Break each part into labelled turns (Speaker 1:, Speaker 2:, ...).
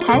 Speaker 1: 台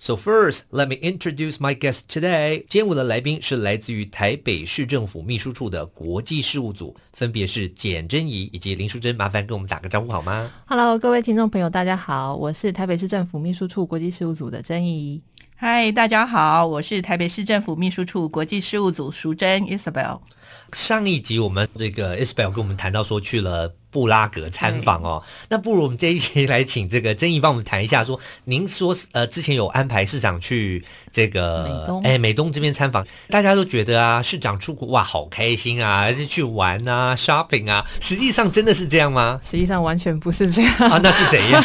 Speaker 2: So first, let me introduce my guest today. 今天我的来宾是来自于台北市政府秘书处的国际事务组，分别是简真怡以及林淑珍。麻烦跟我们打个招呼好吗？
Speaker 3: Hello，各位听众朋友，大家好，我是台北市政府秘书处国际事务组的曾怡。
Speaker 4: 嗨，大家好，我是台北市政府秘书处国际事务组淑珍 Isabel。
Speaker 2: 上一集我们这个 Isabel 跟我们谈到说去了布拉格参
Speaker 3: 嗯
Speaker 2: 访哦，那不如我们这一集来请这个曾怡帮我们谈一下说，您说呃之前有安排市长去这个
Speaker 3: 美东
Speaker 2: 哎美东这边参访，大家都觉得啊市长出国哇好开心啊，而且去玩啊 shopping 啊，实际上真的是这样吗？
Speaker 3: 实际上完全不是这样，
Speaker 2: 啊，那是怎样？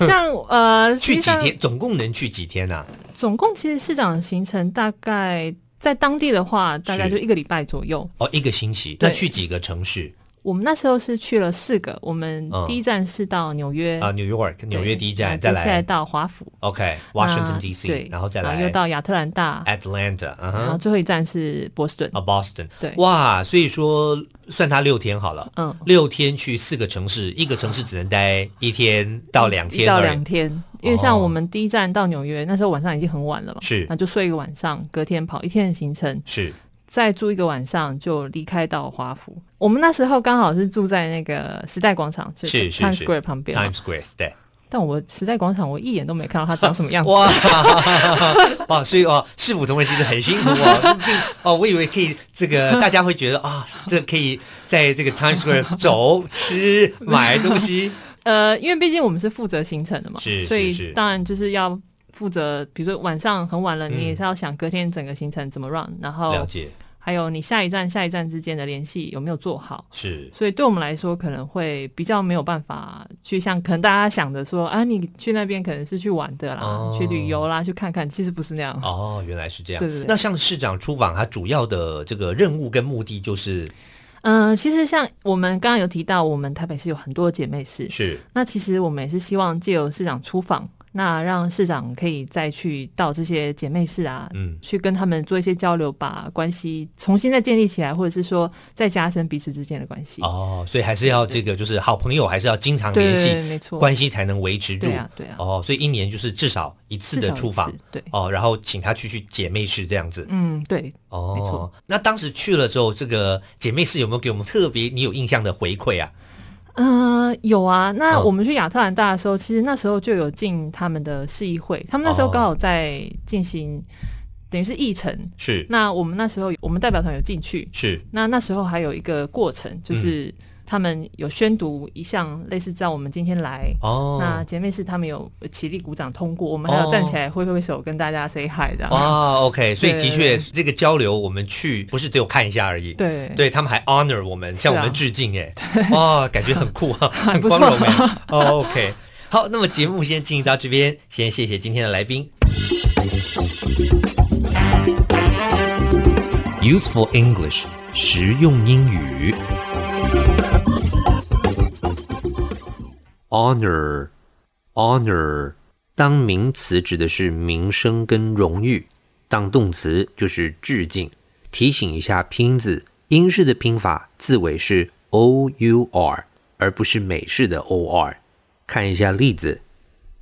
Speaker 3: 像呃，实
Speaker 2: 去
Speaker 3: 际
Speaker 2: 几
Speaker 3: 上
Speaker 2: 天？总共能去几天啊？
Speaker 3: 总共其实市长的行程大概在当地的话，大概
Speaker 2: 是
Speaker 3: 就一个礼拜左右。
Speaker 2: 哦，一个星期。
Speaker 3: 对
Speaker 2: 那去几个城市
Speaker 3: 我们那时候是去了四个，我们
Speaker 2: 嗯
Speaker 3: 第一站是到纽约
Speaker 2: 啊？New York，纽约第一站，
Speaker 3: 对
Speaker 2: 再
Speaker 3: 那接下来
Speaker 2: 来
Speaker 3: 到华府
Speaker 2: OK，Washington
Speaker 3: 那
Speaker 2: DC，
Speaker 3: 对啊
Speaker 2: 然后再来
Speaker 3: 又到亚特兰大，
Speaker 2: Atlanta，嗯
Speaker 3: 然后
Speaker 2: 哼，
Speaker 3: 最后一站是波士顿。
Speaker 2: 啊 Boston，
Speaker 3: 对
Speaker 2: 哇，所以说算他六天好了，
Speaker 3: 嗯
Speaker 2: 六天去四个城市，一个城市只能待一天到哦两
Speaker 3: 一
Speaker 2: 天
Speaker 3: 到
Speaker 2: 而
Speaker 3: 两
Speaker 2: 已。
Speaker 3: 天，因为像
Speaker 2: 哦
Speaker 3: 我们第一站到纽约，那时候晚上已经很晚了嘛，
Speaker 2: 是
Speaker 3: 那就睡一个晚上，隔天跑一天的行程，
Speaker 2: 是
Speaker 3: 再住一个晚上就离开到华府。我们那时候刚好是住在那个时代广场，就是
Speaker 2: 是
Speaker 3: Times
Speaker 2: 是
Speaker 3: Square 旁边嘛
Speaker 2: Times Square，对，
Speaker 3: 但我时代广场我一眼都没看到它长什么样子。
Speaker 2: 哇哇， 所以哦，市府同仁其实很辛苦哦，并哦，我以为可以这个大家会觉得啊、这可以在这个 Times Square 走、吃、买东西，
Speaker 3: 呃，因为毕竟我们是负责行程的嘛，
Speaker 2: 是是
Speaker 3: 所以
Speaker 2: 是
Speaker 3: 当然就是要负责，比如说晚上很晚了，
Speaker 2: 嗯
Speaker 3: 你也是要想隔天整个行程怎么 run，然后
Speaker 2: 了解
Speaker 3: 还有你下一站下一站之间的联系有没有做好。
Speaker 2: 是
Speaker 3: 所以对我们来说，可能会比较没有办法去像可能大家想的说啊，你去那边可能是去玩的啦，
Speaker 2: 哦
Speaker 3: 去旅游啦，去看看，其实不是那样。
Speaker 2: 哦，原来是这样。
Speaker 3: 对对对
Speaker 2: 那像市长出访，他主要的这个任务跟目的就是
Speaker 3: 嗯、其实像我们刚刚有提到，我们台北市有很多姐妹市，
Speaker 2: 是
Speaker 3: 那其实我们也是希望借由市长出访，那让市长可以再去到这些姐妹市啊，
Speaker 2: 嗯
Speaker 3: 去跟他们做一些交流，把关系重新再建立起来，或者是说再加深彼此之间的关系。
Speaker 2: 哦，所以还是要这个就是好朋友还是要经常
Speaker 3: 对
Speaker 2: 联
Speaker 3: 对
Speaker 2: 系，
Speaker 3: 对没错
Speaker 2: 关系才能维持住。
Speaker 3: 对啊，对啊，
Speaker 2: 哦，所以一年就是至少一次的
Speaker 3: 至少一
Speaker 2: 出访
Speaker 3: 次。对，啊
Speaker 2: 哦，然后请他去去姐妹市这样子。
Speaker 3: 嗯，对，
Speaker 2: 哦，
Speaker 3: 没错。
Speaker 2: 那当时去了之后，这个姐妹市有没有给我们特别你有印象的回馈啊？
Speaker 3: 嗯，有啊。那
Speaker 2: 嗯
Speaker 3: 我们去亚特兰大的时候，其实那时候就有进他们的市议会，他们那时候
Speaker 2: 哦
Speaker 3: 刚好在进行，等于是议程。
Speaker 2: 是
Speaker 3: 那我们那时候我们代表团有进去，
Speaker 2: 是
Speaker 3: 那那时候还有一个过程，
Speaker 2: 嗯
Speaker 3: 就是他们有宣读一项类似在我们今天来。
Speaker 2: 哦。
Speaker 3: 那姐妹是他们有起立鼓掌通过，我们还要站起来挥挥手跟大家 say hi 的。
Speaker 2: 哇，OK，所以
Speaker 3: 对
Speaker 2: 的
Speaker 3: 对
Speaker 2: 确
Speaker 3: 对
Speaker 2: 这个交流，我们去不是只有看一下而已，
Speaker 3: 对
Speaker 2: 对他们还 honor 我们，
Speaker 3: 是啊
Speaker 2: 向我们致敬， 哎，哇，感觉很酷啊，很
Speaker 3: 不错
Speaker 2: 光荣哎。哦 OK，好，那么节目先进行到这边，先谢谢今天的来宾。Useful English，实用英语。Honor。honor 当名词指的是名声跟荣誉，当动词就是致敬。提醒一下拼字，英式的拼法字尾是 o u r，而不是美式的 o r。看一下例子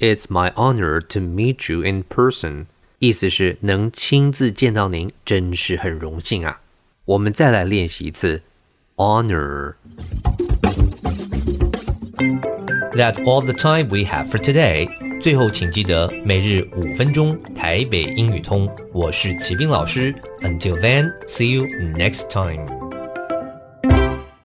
Speaker 2: ，It's my honor to meet you in person，意思是能亲自见到您，真是很荣幸啊。我们再来练习一次，honor。That's all the time we have for today。最后，请记得每日五分钟台北英语通。我是齐斌老师。Until then, see you next time.